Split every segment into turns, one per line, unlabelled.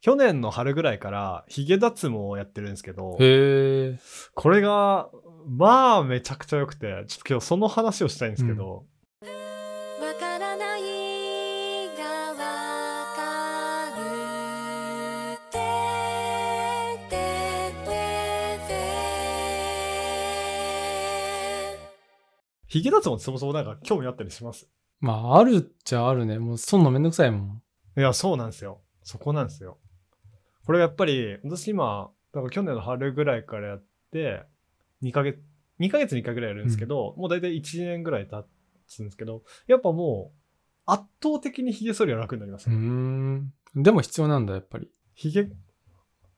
去年の春ぐらいから、ヒゲ脱毛をやってるんですけど、
へえ。
これが、まあ、めちゃくちゃ良くて、ちょっと今日その話をしたいんですけど、
わからないがわかるてててて
ヒゲ脱毛ってそもそもなんか興味あったりします
まあ、あるっちゃあるね。もう、そんなめんどくさいもん。
いや、そうなんですよ。そこなんですよ。これがやっぱり、私今、だから去年の春ぐらいからやって、2ヶ月、2ヶ月に1回ぐらいやるんですけど、もう大体1年ぐらい経つんですけど、やっぱもう、圧倒的に髭剃りは楽になりまし
う
た
ー
ね。
ん。でも必要なんだ、やっぱり。
髭、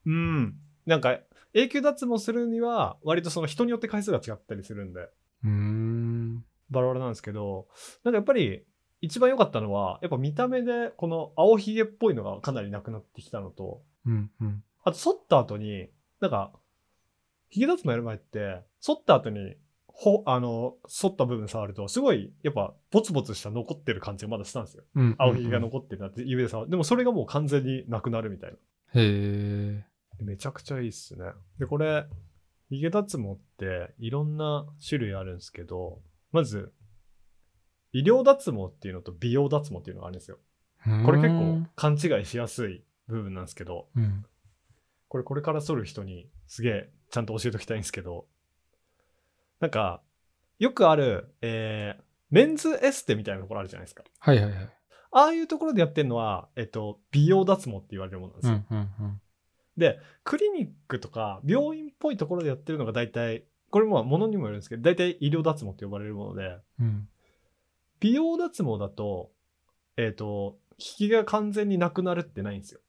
うん。なんか、永久脱毛するには、割とその人によって回数が違ったりするんで、
うーん。
バラバラなんですけど、なんかやっぱり、一番良かったのは、やっぱ見た目で、この青髭っぽいのがかなりなくなってきたのと、
うん、うん。
あと、剃った後に、なんか、ヒゲ脱毛やる前って、剃った後に、ほ、あの、剃った部分触ると、すごい、やっぱ、ボツボツした残ってる感じがまだしたんですよ。
うん。
青ひげが
の。
残ってるなって指で触る。でも、それがもう完全になくなるみたいな。
へえ。
でめちゃくちゃいいっすね。で、これ、ヒゲ脱毛って、いろんな種類あるんですけど、まず、医療脱毛っていうのと美容脱毛っていうのがあるんですよ。これ結構勘違いしやすい部分なんですけど、
うん。
これこれから剃る人にすげえちゃんと教えときたいんですけど、なんか、よくある、えー、メンズエステみたいなところあるじゃないですか。
はいはいはい。
ああいうところでやってるのは、えっと、美容脱毛って言われるものなんで
う
すよ。
ん、うん、うん。
クリニックとか病院っぽいところでやってるのが大体、これもものにもよるんですけど、大体医療脱毛って呼ばれるもので、
うん。
美容脱毛だと、えっと、効きが完全になくなるってないんですよ。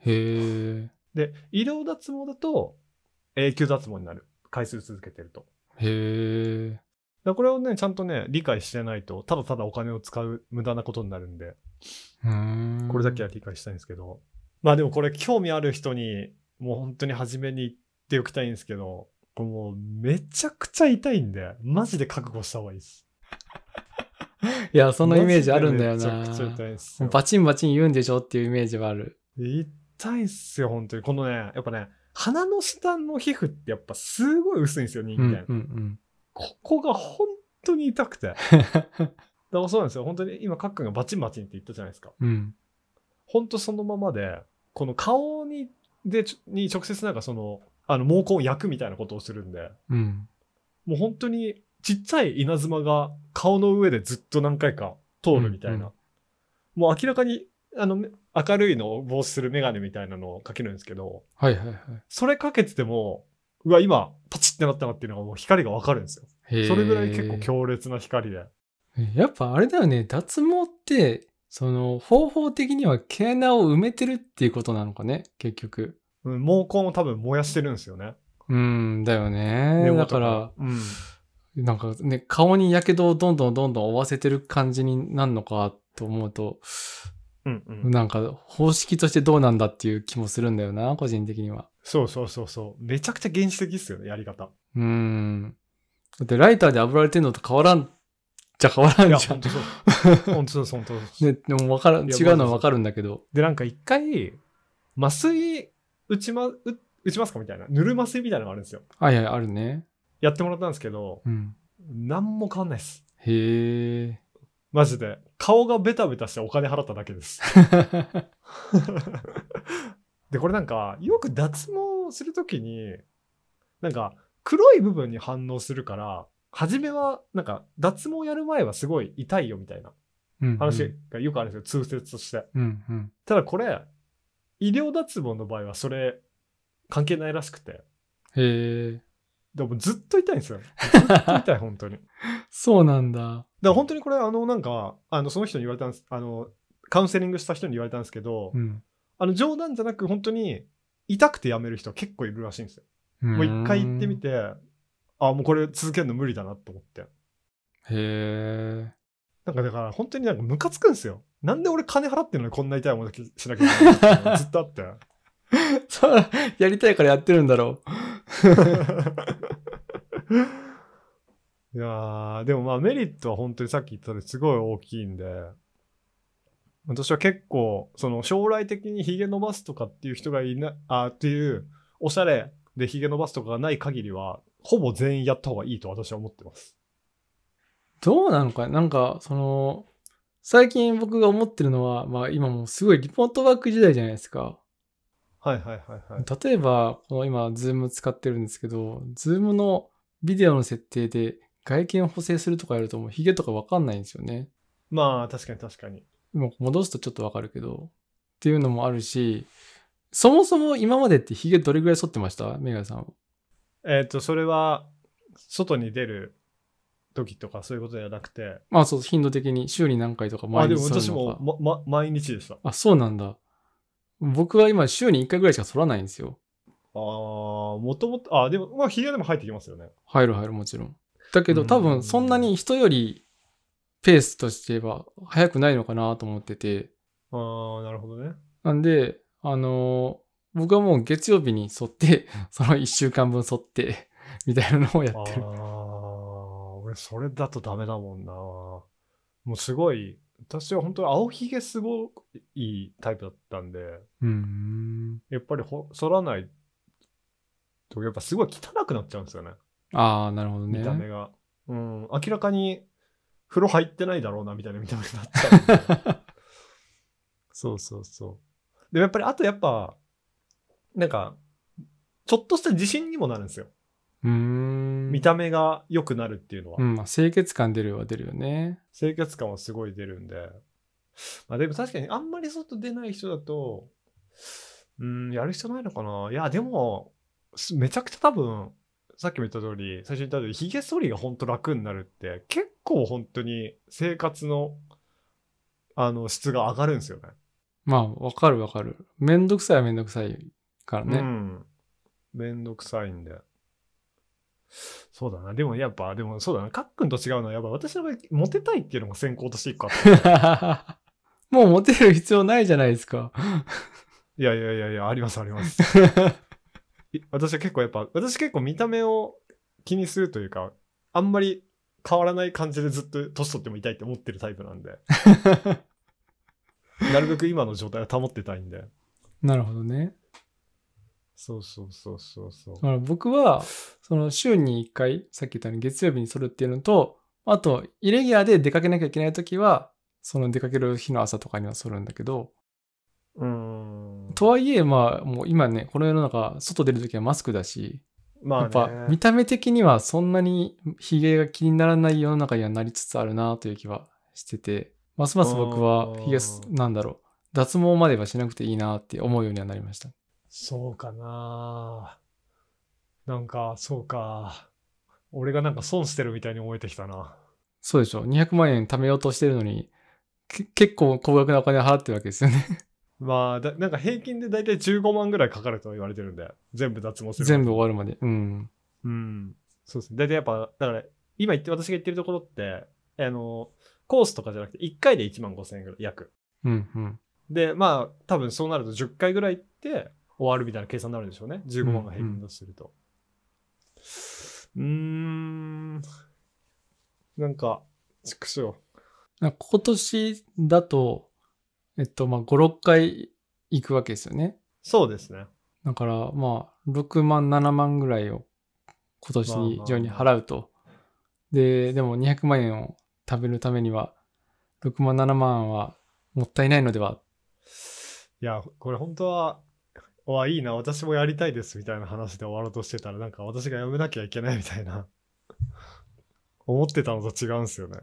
へえ。
で、医療脱毛だと、永久脱毛になる。回数続けてると。
へえ。
だからこれをね、ちゃんとね、理解してないと、ただただお金を使う無駄なことになるんで、
うーん。
これだけは理解したいんですけど。まあでもこれ、興味ある人に、もう本当に初めに言っておきたいんですけど、これもうめちゃくちゃ痛いんで、マジで覚悟した方がいいです。
いや、そのイメージあるんだよ
マジで
な。
めちゃくちゃ痛いですよ。
バチンバチン言うんでしょっていうイメージはある。
痛いっすよ、本当に。このね、やっぱね、鼻の下の皮膚ってやっぱすごい薄いんですよ、人
う
間。
んうん
ここが本当に痛く て。だからそうなんですよ。本当に今、かっくんがバチンバチンって言ったじゃないですか。
うん。うん。
ほんとそのままで、この顔に、で、ちょに直接なんかその、あの、毛根を焼くみたいなことをするんで、
うん。
もう本当にちっちゃい稲妻が顔の上でずっと何回か通るみたいな。
うんうん
もう明らかに、あの、め明るいのを防止するメガネみたいなのをかけるんですけど、
はいはいはい。
それかけてても、うわ、今、パチってなったなっていうのがもう光がわかるんですよ。
へー
それぐらい結構強烈な光で。
やっぱあれだよね、脱毛って、その方法的には毛穴を埋めてるっていうことなのかね、結局。
うん、毛根を多分燃やしてるんですよね。
うん、だよね。
根
だ
元
から、
うん。
なんかね、顔に火傷をどんどんどんどん負わせてる感じになるのかと思うと、
うんうん。
なんか方式としてどうなんだっていう気もするんだよな、個人的には。
そうそうそうそう。めちゃくちゃ原始的っすよね、やり方。
うん。だってライターで炙られてんのと変わらんじゃ変わら
い
ん
や、
じゃ
本
ん。
当そう。 本当そう、本当そう。
ね、でもわからん、
いや
違うのはわかるんだけど。
で、なんか一回、麻酔打ちま、打打ちますかみたいな。ぬる麻酔みたいなのがあるんですよ。
はいはい、あるね。
やってもらったんですけど、
うん。
なんも変わんないです。
へえ。
マジで。顔がベタベタしてお金払っただけ です。 で、これなんか、よく脱毛するときに、なんか、黒い部分に反応するから、初めは、なんか、脱毛やる前はすごい痛いよみたいな
うん
話がよくあるんですよ、通説として。
うんうん。
ただこれ、医療脱毛の場合はそれ、関係ないらしくて。
へえ。
でもずっと痛いんですよ。ずっと痛い、本当 に。だか
そうなんだ。
ら本当にこれ、あの、なんか、あの、その人に言われたんです、あの、カウンセリングした人に言われたんですけど、
うん。
あの、冗談じゃなく、本当に、痛くてやめる人結構いるらしいんですよ。も
も
う一回行ってみ。て、あ、もうこれ続けるの無理だなと思って。
へ え。
なんかだから、本当になんかムカつくんですよ。なんで俺金払ってるのにこんな痛いものしなきゃいけないのっていうのがずっとあって。
そう、やりたいからやってるんだろ
いやーでもまあメリットは本当にさっき言ったようにすごい大きいんで、私は結構、その将来的にヒゲ伸ばすとかっていう人がいない、あっていう、おしゃれでヒゲ伸ばすとかがない限りは、ほぼ全員やった方がいいと私は思ってます。
どうなのかなんか、その、最近僕が思ってるのは、まあ今もうすごいリモートワーク時代じゃないですか。
はいはいはいはい。
例えば、この今、ズーム使ってるんですけど、ズームのビデオの設定で外見を補正するとかやるともうヒゲとかわかんないんですよね。
まあ、確かに確かに。
もう戻すとちょっとわかるけど。っていうのもあるし、そもそも今までってヒゲどれぐらい剃ってましたメガネさんは。
えっ、と、それは、外に出る時とかそういうことじゃなくて、
まあそう、頻度的に週に何回とか
あ、
毎
で
日
も
剃るのか。
私も、ま、ま、毎日でした。
あ、そうなんだ。僕は今週に1回ぐらいしか剃らないんですよ。
ああ、もともと、あ、でも、まあ、ヒゲでも入ってきますよね。
入る入るもちろん。だけど
うん
多分そんなに人よりペースとしては速くないのかなと思ってて。
ああ、なるほどね。
なんで、あのー僕はもう月曜日に沿って、 その1週間分沿って、みたいなのをや
あ
ってる。
あ、俺、それだとダメだもんな。もうすごい、私は本当に青ひげすごいいいタイプだったんで、
うーん。
やっぱりほ剃らないと、やっぱすごい汚くなっちゃうんですよね。
ああ、なるほどね。
見た目が。うん、明らかに風呂入ってないだろうな、みたいな見た目になっちゃうんで そうそうそう。でもやっぱり、あとやっぱ、なんか、ちょっとした自信にもなるんですよ。
うーん。
見た目が良くなるっていうのは。
うん、まあ清潔感出るは出るよね。
清潔感はすごい出るんで。まあでも確かにあんまり外出ない人だと、うん、やる必要ないのかな。いや、でも、すめちゃくちゃ多分、さっきも言った通り、最初に言った通り、髭剃りが本当楽になるって、結構本当に生活の、あの、質が上がるんですよね。
まあ、わかるわかる。めんどくさいはめんどくさいからね。
うん。めんどくさいんで。そうだな。でもやっぱ、でもそうだな。かっくんと違うのは、やっぱ私の場合、モテたいっていうのが先行として一個あった。
もうモテる必要ないじゃないですか。
いやいやいやいや、ありますあり ます。い私は結構やっぱ、私結構見た目を気にするというか、あんまり変わらない感じでずっと年取っても痛いって思ってるタイプ なんで、なるべく今の状態を保ってたいんで。
なるほどね。
そうそうそうそうそう
だ。から僕は、その週に1回、さっき言ったように月曜日に剃るっていうのと、あと、イレギュラーで出かけなきゃいけないときは、その出かける日の朝とかには剃るんだけど、
うーん。
とはいえ、まあ、もう今ね、この世の中、外出るときはマスクだし、や
ま
っぱ
あ
見
ね、
た目的にはそんなにヒゲが気にならない世の中にはなりつつあるなという気はしてて、ますます僕はヒゲす
あ、ー
なんだろう、脱毛まではしなくていいなって思うようにはなりました。
そうかななんか、そうか。俺がなんか損してるみたいに思えてきたな。
そうでしょ。200万円貯めようとしてるのに、け結構高額なお金払ってるわけですよね。
まあ、だなんか平均で大体15万ぐらいかかると言われてるんで、全部脱毛する。
全部終わるまで。うん。
うん。そうですね。大体やっぱ、だから、今言って、私が言ってるところって、あの、コースとかじゃなくて、1回で1万5千円ぐらい、約。
うんうん。
で、まあ、多分そうなると10回ぐらい行って、終わるみたいな計算になるんでしょうね。15万が平均だとすると。うーん。なんか、ちくしょ
なんか今年だと、えっと、まあ、5、6回行くわけですよね。
そうですね。
だから、まあ、6万、7万ぐらいを今年に上に払うと。で、でも200万円を貯めるためには、6万、7万はもったいないのでは。
いや、これ本当は、わ、いいな、私もやりたいですみたいな話で終わろうとしてたら、なんか私がやめなきゃいけないみたいな、思ってたのと違うんですよね。